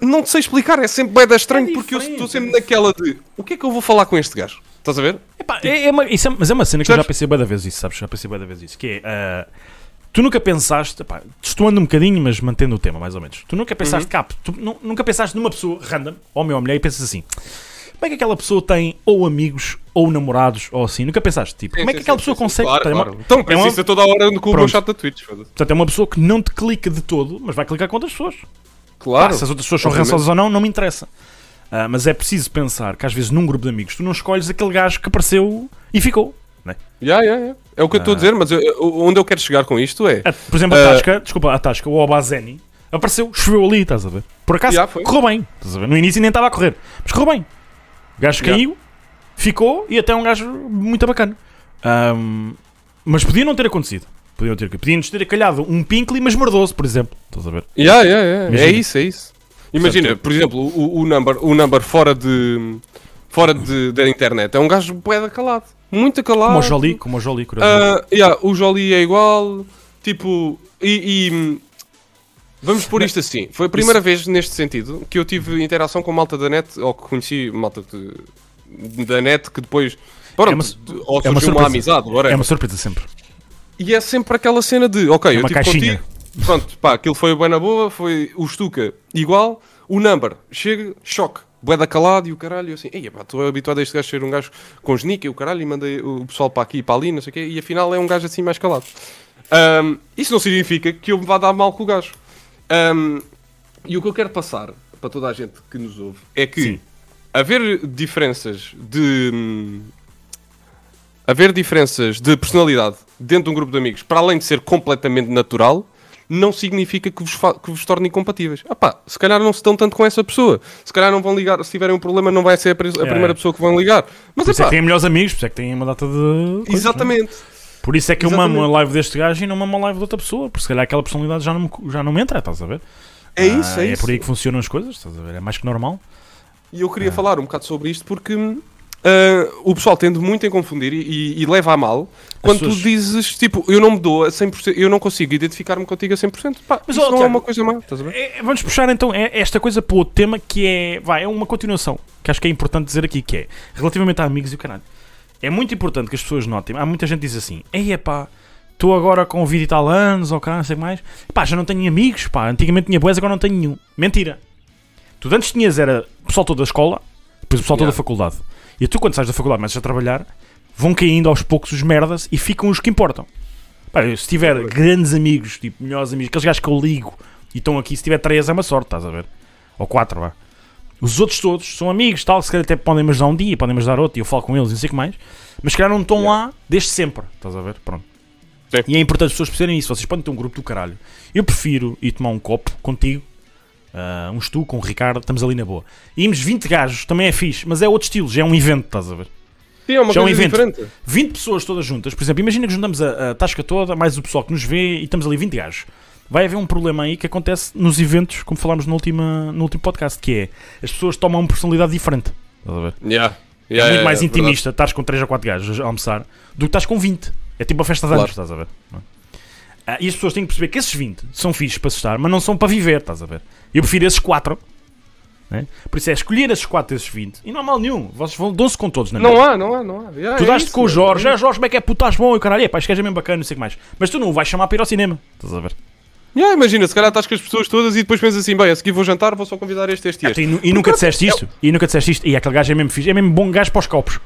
[SPEAKER 3] não sei explicar, é sempre bem estranho porque eu
[SPEAKER 2] diferente,
[SPEAKER 3] estou sempre naquela de o que é que eu vou falar com este gajo? Estás a ver?
[SPEAKER 2] Epá, é- é uma- isso é- mas é uma cena que eu já
[SPEAKER 3] tipo Sabes?
[SPEAKER 2] pensei bem da vez isso, sabes? Já pensei bem da vez isso. Que é. ah, tu nunca pensaste. Epá, destoando um bocadinho, mas mantendo o tema, mais ou menos. Tu nunca
[SPEAKER 3] Uhum.
[SPEAKER 2] pensaste. Cap, tu nu- nunca pensaste numa pessoa random, homem ou mulher, e pensas assim. Como é que aquela pessoa tem ou amigos ou namorados ou assim? Nunca pensaste, tipo, como é que aquela pessoa consegue.
[SPEAKER 3] Claro,
[SPEAKER 2] tem uma-
[SPEAKER 3] claro. Então,
[SPEAKER 2] tem uma-
[SPEAKER 3] pensa isso a toda a hora com o meu
[SPEAKER 2] Pronto.
[SPEAKER 3] chat da Twitch. foda-se.
[SPEAKER 2] Portanto, é uma pessoa que não te clica de todo, mas vai clicar com outras pessoas. Pá,
[SPEAKER 3] Claro.
[SPEAKER 2] se as outras pessoas são
[SPEAKER 3] Obviamente.
[SPEAKER 2] rançosas ou não, não me interessa. Ah, mas é preciso pensar que às vezes num grupo de amigos tu não escolhes aquele gajo que apareceu e ficou. Né?
[SPEAKER 3] Ya, ya, ya. É o que eu
[SPEAKER 2] Ah.
[SPEAKER 3] estou a dizer, mas eu- eu- onde eu quero chegar com isto é.
[SPEAKER 2] A- Por exemplo, a
[SPEAKER 3] Ah.
[SPEAKER 2] Tasca, desculpa, a Tasca, o Obazeni, apareceu, choveu ali, estás a ver? Por acaso,
[SPEAKER 3] Yeah, foi.
[SPEAKER 2] correu bem, estás a ver? No início nem estava a correr, mas correu bem. O gajo
[SPEAKER 3] Yeah.
[SPEAKER 2] caiu, ficou e até é um gajo muito bacana. Ahm, mas podia não ter acontecido. Podia não ter, podia-nos ter calhado um Pinkly, mas mordoso, por exemplo. Estás a ver?
[SPEAKER 3] Ya, ya, ya. É
[SPEAKER 2] Imagina.
[SPEAKER 3] isso, é isso. Imagina, por exemplo, o, o, number, o number fora de. fora de, da internet. É um gajo boeda calado. Muito calado.
[SPEAKER 2] Como o Jolie, como o Jolie, curiosamente.
[SPEAKER 3] Ah, yeah, o Jolie é igual, tipo, e, e, hum, vamos pôr isto assim. Foi a primeira vez neste sentido que eu tive interação com malta da net, ou que conheci malta de- da net que depois pronto,
[SPEAKER 2] É uma-
[SPEAKER 3] ou
[SPEAKER 2] é
[SPEAKER 3] surgiu
[SPEAKER 2] uma
[SPEAKER 3] uma,
[SPEAKER 2] surpresa.
[SPEAKER 3] amizade, whatever.
[SPEAKER 2] é uma surpresa sempre.
[SPEAKER 3] E é sempre aquela cena de, ok, eu
[SPEAKER 2] É uma
[SPEAKER 3] tive
[SPEAKER 2] caixinha.
[SPEAKER 3] contigo. Pronto, pá, aquilo foi bem na boa, foi o Stuka igual, o Number chega, choque, boeda calado e o caralho, eu assim, ei, pá, estou habituado a este gajo ser um gajo com sneak e o caralho, e mandei o pessoal para aqui e para ali, não sei o quê, e afinal é um gajo assim mais calado. Ahm, isso não significa que eu me vá dar mal com o gajo. Ahm, e o que eu quero passar para toda a gente que nos ouve é que
[SPEAKER 2] Sim.
[SPEAKER 3] haver diferenças de. hum, haver diferenças de personalidade dentro de um grupo de amigos, para além de ser completamente natural, não significa que vos, fa- que vos torne incompatíveis. Ah pá, se calhar não se dão tanto com essa pessoa. Se calhar não vão ligar. Se tiverem um problema, não vai ser a, pri- a primeira pessoa que vão ligar. Mas
[SPEAKER 2] É, Por
[SPEAKER 3] é
[SPEAKER 2] isso é
[SPEAKER 3] pá,
[SPEAKER 2] que têm melhores amigos, por isso é que têm uma data de. coisas, não é?
[SPEAKER 3] exatamente.
[SPEAKER 2] Por isso é que eu
[SPEAKER 3] Exatamente.
[SPEAKER 2] mamo a live deste gajo e não mamo a live de outra pessoa, porque se calhar aquela personalidade já não me, cu- já não me entra, estás a ver?
[SPEAKER 3] É isso,
[SPEAKER 2] Ah,
[SPEAKER 3] é,
[SPEAKER 2] é
[SPEAKER 3] isso.
[SPEAKER 2] por aí que funcionam as coisas, estás a ver? É mais que é. normal.
[SPEAKER 3] E eu queria falar um bocado sobre isto porque hum, ah, o pessoal tende muito a confundir e, e- e leva a mal quando
[SPEAKER 2] pessoas-
[SPEAKER 3] tu dizes, tipo, eu não me dou a 100%, eu não consigo identificar-me contigo a 100%. Pá, Mas,
[SPEAKER 2] Mas,
[SPEAKER 3] isso
[SPEAKER 2] ó,
[SPEAKER 3] não é
[SPEAKER 2] Tiago,
[SPEAKER 3] uma coisa má, estás a ver?
[SPEAKER 2] É- é- vamos puxar então é- esta coisa para outro tema que é, vai, é uma continuação, que acho que é importante dizer aqui, que é relativamente a amigos e o caralho. É muito importante que as pessoas notem. Há muita gente que diz assim: Ei, pá, estou agora com 20 e tal anos ou caralho, não sei o que mais. Pá, já não tenho amigos, pá. Antigamente tinha boés, agora não tenho nenhum. Mentira. Tu de antes tinhas era o pessoal todo da escola, depois o pessoal todo da
[SPEAKER 3] Yeah.
[SPEAKER 2] faculdade. E tu, quando sais da faculdade, começas a trabalhar, vão caindo aos poucos os merdas e ficam os que importam. Pá, eu, se tiver grandes amigos, tipo, melhores amigos, aqueles gajos que eu ligo e estão aqui, se tiver três é uma sorte, estás a ver? Ou quatro, vá. Os outros todos são amigos, tal, que se calhar até podem-me ajudar um dia, podem-me ajudar outro, e eu falo com eles e não sei o que mais. Mas se calhar não estão lá desde sempre, estás a ver? Pronto.
[SPEAKER 3] Sim.
[SPEAKER 2] E é importante as pessoas perceberem isso, vocês podem ter um grupo do caralho. Eu prefiro ir tomar um copo contigo, ah, um estu com o Ricardo, estamos ali na boa. E Irmos 20 gajos, também é fixe, mas é outro estilo, já é um evento, estás a ver?
[SPEAKER 3] Sim, é uma
[SPEAKER 2] já é um
[SPEAKER 3] coisa
[SPEAKER 2] evento.
[SPEAKER 3] diferente.
[SPEAKER 2] 20 pessoas todas juntas, por exemplo, imagina que juntamos a, a tasca toda, mais o pessoal que nos vê e estamos ali 20 gajos. Vai haver um problema aí que acontece nos eventos, como falámos no, última, no último podcast, que é as pessoas tomam uma personalidade diferente. Estás a ver?
[SPEAKER 3] Yeah.
[SPEAKER 2] É
[SPEAKER 3] Yeah,
[SPEAKER 2] muito
[SPEAKER 3] yeah,
[SPEAKER 2] mais
[SPEAKER 3] yeah, verdade.
[SPEAKER 2] intimista estás com 3 ou 4 gajos a almoçar do que estás com 20. É tipo a festa de
[SPEAKER 3] Claro.
[SPEAKER 2] anos, estás a ver? não é? Ah, e as pessoas têm que perceber que esses 20 são fixos para se estar, mas não são para viver, estás a ver? Eu prefiro esses 4. Né? Por isso é escolher esses 4 desses 20. E não há mal nenhum. Vocês vão- dão-se com todos, é? na
[SPEAKER 3] Não
[SPEAKER 2] mesma.
[SPEAKER 3] há, não há, não há. Yeah,
[SPEAKER 2] Tu
[SPEAKER 3] é
[SPEAKER 2] dás-te
[SPEAKER 3] isso,
[SPEAKER 2] com o
[SPEAKER 3] mano.
[SPEAKER 2] Jorge, é Jorge, como é que é puto, estás bom? E o caralho, é pá, este gajo é mesmo bacana, não sei o que mais. Mas tu não o vais chamar para ir ao cinema, estás a ver?
[SPEAKER 3] Yeah, imagina, se calhar estás com as pessoas todas e depois pensas assim, bem, a seguir vou jantar, vou só convidar este, este e
[SPEAKER 2] Ah, E,
[SPEAKER 3] este.
[SPEAKER 2] nu- e nunca disseste isto? E nunca disseste isto? E aquele gajo é mesmo fixe, é mesmo bom gajo para os copos.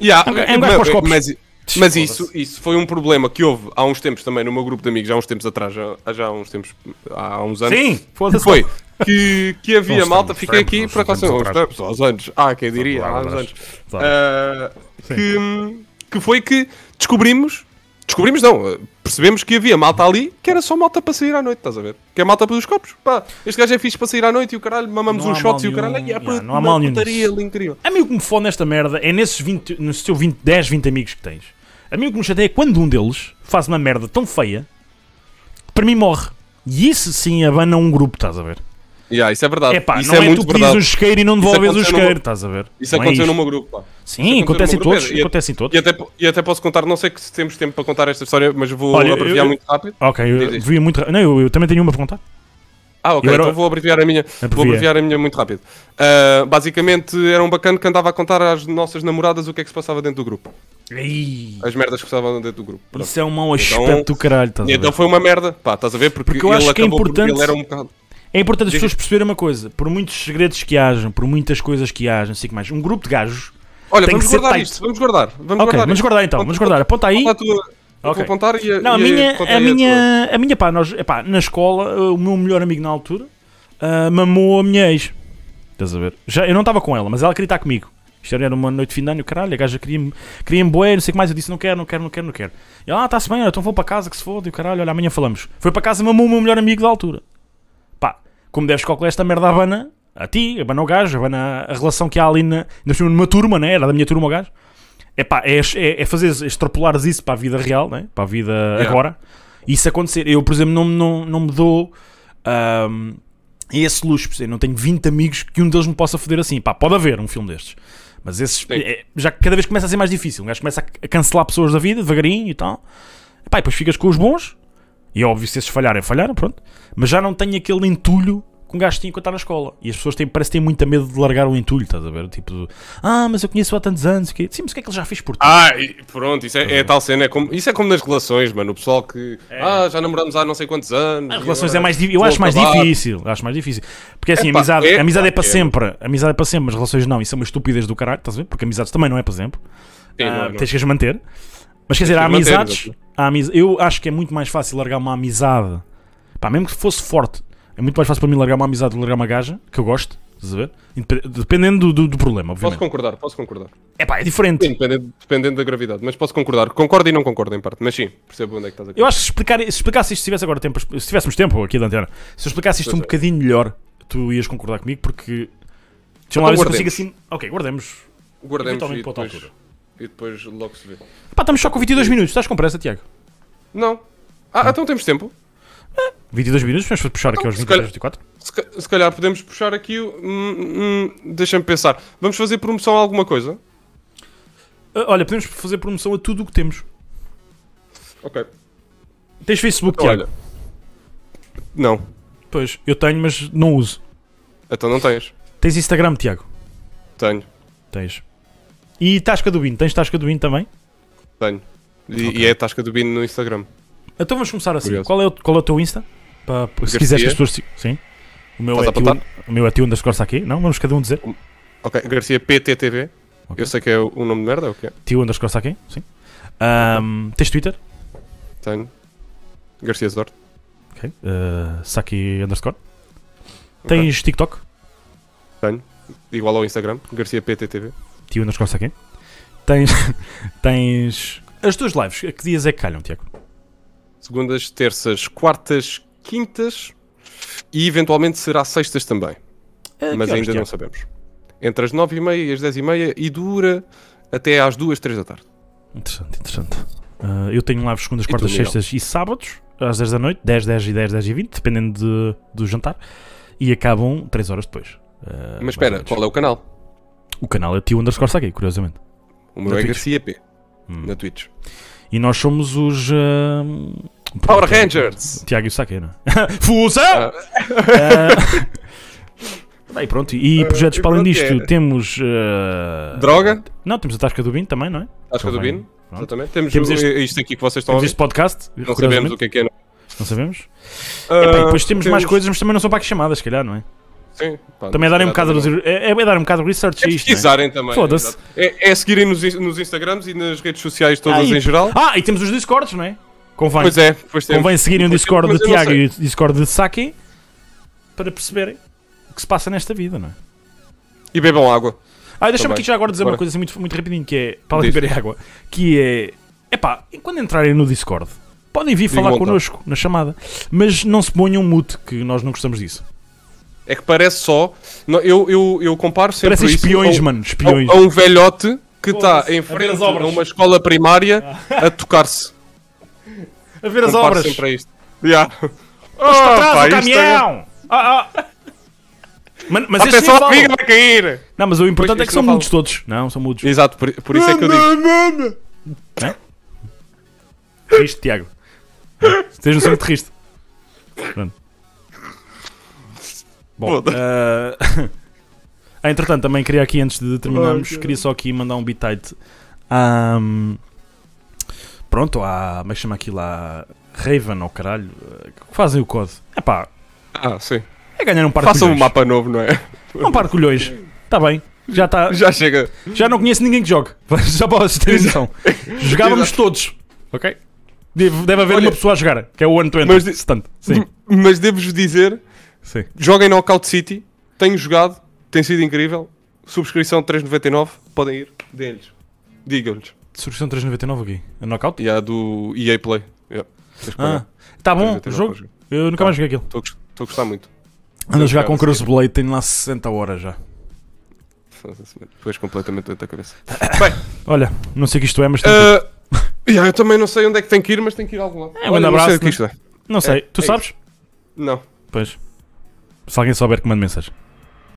[SPEAKER 3] Yeah,
[SPEAKER 2] É um gajo
[SPEAKER 3] mas-
[SPEAKER 2] para os copos.
[SPEAKER 3] Mas, mas isso, isso foi um problema que houve há uns tempos também no meu grupo de amigos, há uns tempos atrás, já, já há uns tempos, há uns anos.
[SPEAKER 2] Sim, foda-se.
[SPEAKER 3] Foi. Que, que havia
[SPEAKER 2] Nós
[SPEAKER 3] malta,
[SPEAKER 2] estamos
[SPEAKER 3] fiquei
[SPEAKER 2] sempre,
[SPEAKER 3] aqui
[SPEAKER 2] nós
[SPEAKER 3] por acaso
[SPEAKER 2] estamos
[SPEAKER 3] aos
[SPEAKER 2] atrás.
[SPEAKER 3] tempos, aos anos. Ah, quem diria,
[SPEAKER 2] Claro,
[SPEAKER 3] há uns
[SPEAKER 2] atrás.
[SPEAKER 3] anos.
[SPEAKER 2] Claro.
[SPEAKER 3] Ah, que, que foi que descobrimos Descobrimos não, eh, percebemos que havia malta ali que era só malta para sair à noite, estás a ver? Que é malta para os copos. Pá, este gajo é fixe para sair à noite e o caralho, mamamos
[SPEAKER 2] Não
[SPEAKER 3] uns
[SPEAKER 2] há
[SPEAKER 3] shots
[SPEAKER 2] mal
[SPEAKER 3] e o caralho.
[SPEAKER 2] nenhum,
[SPEAKER 3] e é
[SPEAKER 2] yeah,
[SPEAKER 3] pá,
[SPEAKER 2] não há
[SPEAKER 3] uma
[SPEAKER 2] mal nenhum
[SPEAKER 3] putaria
[SPEAKER 2] nisso.
[SPEAKER 3] ali incrível.
[SPEAKER 2] A mim o que me fode nesta merda é nesses 20, no seu 20, 10, 20 amigos que tens. A mim o que me chateia é quando um deles faz uma merda tão feia que para mim morre. E isso sim abana um grupo, estás a ver?
[SPEAKER 3] Yeah, isso é verdade.
[SPEAKER 2] É pá,
[SPEAKER 3] isso
[SPEAKER 2] não
[SPEAKER 3] é,
[SPEAKER 2] é, tu
[SPEAKER 3] muito
[SPEAKER 2] pedires
[SPEAKER 3] verdade.
[SPEAKER 2] um isqueiro e não
[SPEAKER 3] Isso
[SPEAKER 2] devolves o
[SPEAKER 3] aconteceu
[SPEAKER 2] isqueiro,
[SPEAKER 3] numa-
[SPEAKER 2] estás a ver?
[SPEAKER 3] Isso
[SPEAKER 2] Não é
[SPEAKER 3] aconteceu no
[SPEAKER 2] isto.
[SPEAKER 3] meu grupo, pá.
[SPEAKER 2] Sim, acontece em
[SPEAKER 3] aconteceu numa
[SPEAKER 2] todos.
[SPEAKER 3] grupo. E- é-
[SPEAKER 2] Acontece em todos.
[SPEAKER 3] E até, po- e até posso contar, não sei que se temos tempo para contar esta história, mas vou
[SPEAKER 2] Olha, eu-
[SPEAKER 3] abreviar
[SPEAKER 2] eu-
[SPEAKER 3] muito rápido.
[SPEAKER 2] Ok,
[SPEAKER 3] Diz
[SPEAKER 2] eu
[SPEAKER 3] isto.
[SPEAKER 2] devia muito. ra- Não, eu, eu também tenho uma para contar.
[SPEAKER 3] Ah, ok,
[SPEAKER 2] Eu era-
[SPEAKER 3] então vou abreviar a minha. Vou
[SPEAKER 2] Abrevia.
[SPEAKER 3] abreviar a minha muito rápido. Ah, basicamente era um bacana que andava a contar às nossas namoradas o que é que se passava dentro do grupo.
[SPEAKER 2] Ei,
[SPEAKER 3] As merdas que se passavam dentro do grupo. Pronto.
[SPEAKER 2] isso é um mau aspecto do caralho, estás
[SPEAKER 3] E
[SPEAKER 2] a
[SPEAKER 3] então
[SPEAKER 2] ver?
[SPEAKER 3] foi uma merda, pá, estás a ver? Porque,
[SPEAKER 2] Porque eu
[SPEAKER 3] ele
[SPEAKER 2] acho que é
[SPEAKER 3] acabou porque
[SPEAKER 2] importante-
[SPEAKER 3] ele era um bocado.
[SPEAKER 2] É importante as
[SPEAKER 3] Diz-
[SPEAKER 2] pessoas perceberem uma coisa. Por muitos segredos que hajam, por muitas coisas que hajam, não sei o que mais. Um grupo de gajos.
[SPEAKER 3] Olha,
[SPEAKER 2] Tem que
[SPEAKER 3] vamos
[SPEAKER 2] ser
[SPEAKER 3] guardar
[SPEAKER 2] tight.
[SPEAKER 3] isto, vamos guardar. Vamos
[SPEAKER 2] Ok,
[SPEAKER 3] guardar
[SPEAKER 2] vamos
[SPEAKER 3] isto.
[SPEAKER 2] guardar então,
[SPEAKER 3] Aponta-
[SPEAKER 2] vamos guardar. Aponta aí.
[SPEAKER 3] aponta a tua- eu
[SPEAKER 2] Ok.
[SPEAKER 3] Vou apontar e é
[SPEAKER 2] Não, a
[SPEAKER 3] e
[SPEAKER 2] minha,
[SPEAKER 3] conta
[SPEAKER 2] a
[SPEAKER 3] aí tua.
[SPEAKER 2] minha, a minha pá, nós, epá, na escola, eh, o meu melhor amigo na altura ah, mamou a minha ex. Estás a ver? Já, eu não estava com ela, mas ela queria estar comigo. Isto era uma noite de fim de ano, caralho, a gaja queria-me queria boé, não sei o que mais. Eu disse: não quero, não quero, não quero, não quero. E ela, ah, está-se bem, olha, então vou para casa que se foda, e o caralho, olha, amanhã falamos. Foi para casa, mamou o meu melhor amigo da altura. Pá, como deves calcular esta merda abana a ti, abana o gajo, abana a relação que há ali na, ainda por cima numa turma, né? Era da minha turma o gajo. Epá, é, é, é fazer extrapolares isso para a vida real, né? para a vida agora. E isso acontecer, eu, por exemplo, não, não, não me dou ahm, esse luxo. por exemplo, Eu não tenho 20 amigos que um deles me possa foder assim. Pá, pode haver um filme destes. Mas esses, é- já que cada vez começa a ser mais difícil. Um gajo começa a- a cancelar pessoas da vida, devagarinho e tal. Epá, e depois ficas com os bons. E é óbvio, se esses falharem, falharam, pronto. Mas já não tenho aquele entulho que um gajo tinha quando está na escola. E as pessoas têm, parece que têm muito medo de largar o entulho, estás a ver? Tipo, ah, mas eu conheço há tantos anos. Que... Sim, mas o que é que ele já fez por ti?
[SPEAKER 3] Ah, e pronto, isso é, é tal cena. É como, isso é como nas relações, mano. O pessoal que. Ah, já namoramos há não sei quantos anos.
[SPEAKER 2] As
[SPEAKER 3] e
[SPEAKER 2] É. relações
[SPEAKER 3] agora
[SPEAKER 2] é mais di- eu
[SPEAKER 3] vou
[SPEAKER 2] acho mais
[SPEAKER 3] acabar.
[SPEAKER 2] difícil, acho mais difícil. Porque assim,
[SPEAKER 3] Epá,
[SPEAKER 2] amizade,
[SPEAKER 3] é-
[SPEAKER 2] amizade é para
[SPEAKER 3] é.
[SPEAKER 2] sempre, amizade é para sempre, mas relações não, isso é uma estupidez do caralho, estás a ver? Porque amizades também não é para sempre.
[SPEAKER 3] Sim,
[SPEAKER 2] Ah,
[SPEAKER 3] não, não.
[SPEAKER 2] Tens que as manter. Mas quer dizer,
[SPEAKER 3] que
[SPEAKER 2] há
[SPEAKER 3] as manter,
[SPEAKER 2] amizades,
[SPEAKER 3] exato.
[SPEAKER 2] há amiz... eu acho que é muito mais fácil largar uma amizade, pá, mesmo que fosse forte, é muito mais fácil para mim largar uma amizade do que largar uma gaja, que eu gosto, estás a ver? Independ- Dependendo do, do, do problema,
[SPEAKER 3] Posso
[SPEAKER 2] obviamente.
[SPEAKER 3] concordar, posso concordar.
[SPEAKER 2] É pá, é diferente.
[SPEAKER 3] Sim, dependendo, dependendo da gravidade, mas posso concordar. Concordo e não concordo em parte, mas sim, percebo onde é que estás a
[SPEAKER 2] Eu acho que se, explicar, se explicasse isto, se tivesse agora tempo, se tivéssemos tempo aqui da antena, se eu explicasse isto
[SPEAKER 3] Pois
[SPEAKER 2] um
[SPEAKER 3] é.
[SPEAKER 2] bocadinho melhor, tu ias concordar comigo, porque. Deixa-me lá
[SPEAKER 3] Então
[SPEAKER 2] ver se eu consigo
[SPEAKER 3] guardemos.
[SPEAKER 2] assim. Ok, guardemos.
[SPEAKER 3] Guardemos e
[SPEAKER 2] eventualmente para outra
[SPEAKER 3] depois, e depois logo se vê.
[SPEAKER 2] Pá, estamos só com 22 minutos, estás com pressa, Tiago?
[SPEAKER 3] Não. Ah, então temos tempo.
[SPEAKER 2] 22 minutos, vamos puxar aqui aos
[SPEAKER 3] se calhar-
[SPEAKER 2] 23, 24.
[SPEAKER 3] Se, ca- se calhar podemos puxar aqui. o- Hum, hum, Deixa-me pensar. Vamos fazer promoção a alguma coisa?
[SPEAKER 2] Ah, olha, podemos fazer promoção a tudo o que temos.
[SPEAKER 3] Ok.
[SPEAKER 2] Tens Facebook,
[SPEAKER 3] Então,
[SPEAKER 2] Tiago?
[SPEAKER 3] olha. Não.
[SPEAKER 2] Pois, eu tenho, mas não uso.
[SPEAKER 3] Então não tens.
[SPEAKER 2] Tens Instagram, Tiago?
[SPEAKER 3] Tenho.
[SPEAKER 2] Tens. E Tasca do Binho, tens Tasca do Binho também?
[SPEAKER 3] Tenho. E, e é a Tasca do Bino no Instagram.
[SPEAKER 2] Então vamos começar assim.
[SPEAKER 3] Curioso.
[SPEAKER 2] Qual é, o, qual é o teu Insta? Pá, se quiseres que as pessoas. te- Sim. O meu,
[SPEAKER 3] Estás
[SPEAKER 2] é
[SPEAKER 3] a
[SPEAKER 2] tio,
[SPEAKER 3] apontar?
[SPEAKER 2] o meu é tio underscore está aqui. Não, vamos cada um dizer.
[SPEAKER 3] Ok. Garcia PTTV.
[SPEAKER 2] Ok.
[SPEAKER 3] Eu sei que é o o nome de merda, é o que é?
[SPEAKER 2] Tio underscore está aqui. Sim. Ahm, tens Twitter?
[SPEAKER 3] Tenho. Garcia Zorte.
[SPEAKER 2] Ok. Ah, Saki underscore. Tens TikTok?
[SPEAKER 3] Tenho. Igual ao Instagram. Garcia PTTV.
[SPEAKER 2] Tio underscore está aqui. Tens. *laughs* tens. As tuas lives, a que dias é que calham, Tiago?
[SPEAKER 3] Segundas, terças, quartas, quintas. E eventualmente será sextas também.
[SPEAKER 2] A que
[SPEAKER 3] mas
[SPEAKER 2] horas,
[SPEAKER 3] ainda não
[SPEAKER 2] Tiago?
[SPEAKER 3] sabemos. Entre as 9h30 e as 10h30 e dura até às 2, 3 da tarde.
[SPEAKER 2] Interessante, interessante. Ah, eu tenho lives segundas,
[SPEAKER 3] tu,
[SPEAKER 2] quartas,
[SPEAKER 3] Miguel?
[SPEAKER 2] sextas e sábados, às 10 da noite, 10, 10 e 10, 10 e 20, dependendo de- do jantar. E acabam 3 horas depois. Ah,
[SPEAKER 3] Mas
[SPEAKER 2] mais ou
[SPEAKER 3] espera,
[SPEAKER 2] menos.
[SPEAKER 3] qual é o canal?
[SPEAKER 2] O canal é Tio Underscore Saki, curiosamente.
[SPEAKER 3] O meu é
[SPEAKER 2] Na Twitch.
[SPEAKER 3] Garcia P.
[SPEAKER 2] Hum.
[SPEAKER 3] Na Twitch.
[SPEAKER 2] E nós somos os. ahm,
[SPEAKER 3] Power
[SPEAKER 2] Então,
[SPEAKER 3] Rangers!
[SPEAKER 2] Tiago e o Saki, não é? *laughs* Fusão!
[SPEAKER 3] Ah.
[SPEAKER 2] Ah, Bem, pronto. E projetos
[SPEAKER 3] e
[SPEAKER 2] para além
[SPEAKER 3] pronto,
[SPEAKER 2] disto,
[SPEAKER 3] é.
[SPEAKER 2] temos. ah,
[SPEAKER 3] Droga,
[SPEAKER 2] Não, temos a Tasca do Binho também, não é?
[SPEAKER 3] acho que é do
[SPEAKER 2] Também.
[SPEAKER 3] Bino.
[SPEAKER 2] Pronto.
[SPEAKER 3] Exatamente. Temos,
[SPEAKER 2] Temos
[SPEAKER 3] o-
[SPEAKER 2] este-
[SPEAKER 3] isto aqui que vocês estão a
[SPEAKER 2] Temos
[SPEAKER 3] ouvir.
[SPEAKER 2] este podcast.
[SPEAKER 3] Não sabemos
[SPEAKER 2] curiosamente.
[SPEAKER 3] o que é que é. não.
[SPEAKER 2] Não sabemos. Epá, É e depois
[SPEAKER 3] Ah,
[SPEAKER 2] temos mais coisas, mas também não são para que chamadas, se calhar, não é?
[SPEAKER 3] Sim, pá,
[SPEAKER 2] Também é
[SPEAKER 3] não
[SPEAKER 2] darem um
[SPEAKER 3] sei nada
[SPEAKER 2] bocado
[SPEAKER 3] também.
[SPEAKER 2] de, é, é dar um bocado de research a
[SPEAKER 3] É
[SPEAKER 2] isto. não é?
[SPEAKER 3] pesquisarem também.
[SPEAKER 2] Foda-se.
[SPEAKER 3] exato. É, é seguirem nos, in- nos Instagrams e nas redes sociais todas
[SPEAKER 2] Ah, e-
[SPEAKER 3] em geral.
[SPEAKER 2] Ah, e temos os Discords, não é? Convém,
[SPEAKER 3] Pois é, depois temos.
[SPEAKER 2] convém seguirem o
[SPEAKER 3] Mas
[SPEAKER 2] Discord
[SPEAKER 3] eu
[SPEAKER 2] de
[SPEAKER 3] não
[SPEAKER 2] Tiago
[SPEAKER 3] sei.
[SPEAKER 2] e o Discord de Saki para perceberem o que se passa nesta vida, não é?
[SPEAKER 3] E bebam água.
[SPEAKER 2] Ah, deixa-me
[SPEAKER 3] Também.
[SPEAKER 2] aqui já agora dizer
[SPEAKER 3] Tá
[SPEAKER 2] uma
[SPEAKER 3] Bora.
[SPEAKER 2] coisa assim muito, muito rapidinho, que é para
[SPEAKER 3] Diz.
[SPEAKER 2] beber água, que é Epá, e quando entrarem no Discord, podem vir
[SPEAKER 3] Digam
[SPEAKER 2] falar
[SPEAKER 3] então.
[SPEAKER 2] connosco na chamada. Mas não se ponham mute, que nós não gostamos disso.
[SPEAKER 3] É que parece só. não, eu, eu, eu comparo sempre.
[SPEAKER 2] Parecem
[SPEAKER 3] isso
[SPEAKER 2] espiões,
[SPEAKER 3] ao-
[SPEAKER 2] mano. Espiões.
[SPEAKER 3] a um velhote que está
[SPEAKER 2] Foda-se,
[SPEAKER 3] em
[SPEAKER 2] a ver as
[SPEAKER 3] frente
[SPEAKER 2] obras.
[SPEAKER 3] a uma escola
[SPEAKER 2] *laughs*
[SPEAKER 3] primária a tocar-se.
[SPEAKER 2] a ver as
[SPEAKER 3] Comparo
[SPEAKER 2] obras.
[SPEAKER 3] sempre a isto. Yeah.
[SPEAKER 2] Para
[SPEAKER 3] Ah,
[SPEAKER 2] trás
[SPEAKER 3] pá,
[SPEAKER 2] o
[SPEAKER 3] isto é-
[SPEAKER 2] caminhão! Ah, ah. Mano, mas
[SPEAKER 3] A
[SPEAKER 2] estes nem
[SPEAKER 3] pessoa
[SPEAKER 2] falam.
[SPEAKER 3] comigo vai cair!
[SPEAKER 2] Não, mas o importante
[SPEAKER 3] Pois,
[SPEAKER 2] é que
[SPEAKER 3] estes
[SPEAKER 2] são
[SPEAKER 3] não
[SPEAKER 2] mudos todos. Não, são mudos.
[SPEAKER 3] Exato, por, por isso é que eu digo. É.
[SPEAKER 2] Triste, Tiago. É. Tens noção que te riste. Pronto. Bom,
[SPEAKER 3] Foda-se.
[SPEAKER 2] eh, *laughs* ah, entretanto, também queria aqui, antes de terminarmos,
[SPEAKER 3] Ai, cara.
[SPEAKER 2] queria só aqui mandar um bitite à. Pronto, à. Como é que chama aquilo? À Raven, ao caralho. eh, Que fazem o COD. É pá,
[SPEAKER 3] Ah, sim.
[SPEAKER 2] é ganhar um par de
[SPEAKER 3] Façam um
[SPEAKER 2] colhões.
[SPEAKER 3] mapa novo, não é? *laughs*
[SPEAKER 2] Um par de colhões. Está bem. Já, tá,
[SPEAKER 3] Já chega.
[SPEAKER 2] já não conheço ninguém que jogue. *laughs* Já podes ter noção. Jogávamos todos. Ok? Deve, deve haver
[SPEAKER 3] Olha-
[SPEAKER 2] uma pessoa a jogar, que é o ano 20.
[SPEAKER 3] Mas de-
[SPEAKER 2] Portanto, sim,
[SPEAKER 3] Mas devo-vos dizer:
[SPEAKER 2] sim.
[SPEAKER 3] joguem Knockout City. Tenho jogado, tem sido incrível. Subscrição 3,99. Podem ir, deem-lhes. Digam-lhes.
[SPEAKER 2] Subscrição 3,99 aqui. A knockout?
[SPEAKER 3] E há do EA Play. Yeah. Tens que
[SPEAKER 2] Ah,
[SPEAKER 3] pagar.
[SPEAKER 2] tá bom,
[SPEAKER 3] 3,99
[SPEAKER 2] o
[SPEAKER 3] para
[SPEAKER 2] jogo.
[SPEAKER 3] jogar.
[SPEAKER 2] Eu nunca mais joguei aquilo.
[SPEAKER 3] Estou a gos- estou a gostar muito.
[SPEAKER 2] Ando a jogar com
[SPEAKER 3] jogar
[SPEAKER 2] Crossblade, tenho lá 60 horas já.
[SPEAKER 3] Depois completamente dentro da
[SPEAKER 2] *laughs*
[SPEAKER 3] cabeça.
[SPEAKER 2] Olha, não sei o que isto é, mas. tem tudo.
[SPEAKER 3] Ah, yeah, eu também não sei onde é que tem que ir, mas tem que ir a algum lado.
[SPEAKER 2] É,
[SPEAKER 3] Olha,
[SPEAKER 2] manda
[SPEAKER 3] não sei
[SPEAKER 2] abraço,
[SPEAKER 3] o que isto é.
[SPEAKER 2] não sei, tu
[SPEAKER 3] é
[SPEAKER 2] sabes?
[SPEAKER 3] Não.
[SPEAKER 2] Pois. Se alguém souber que manda mensagem.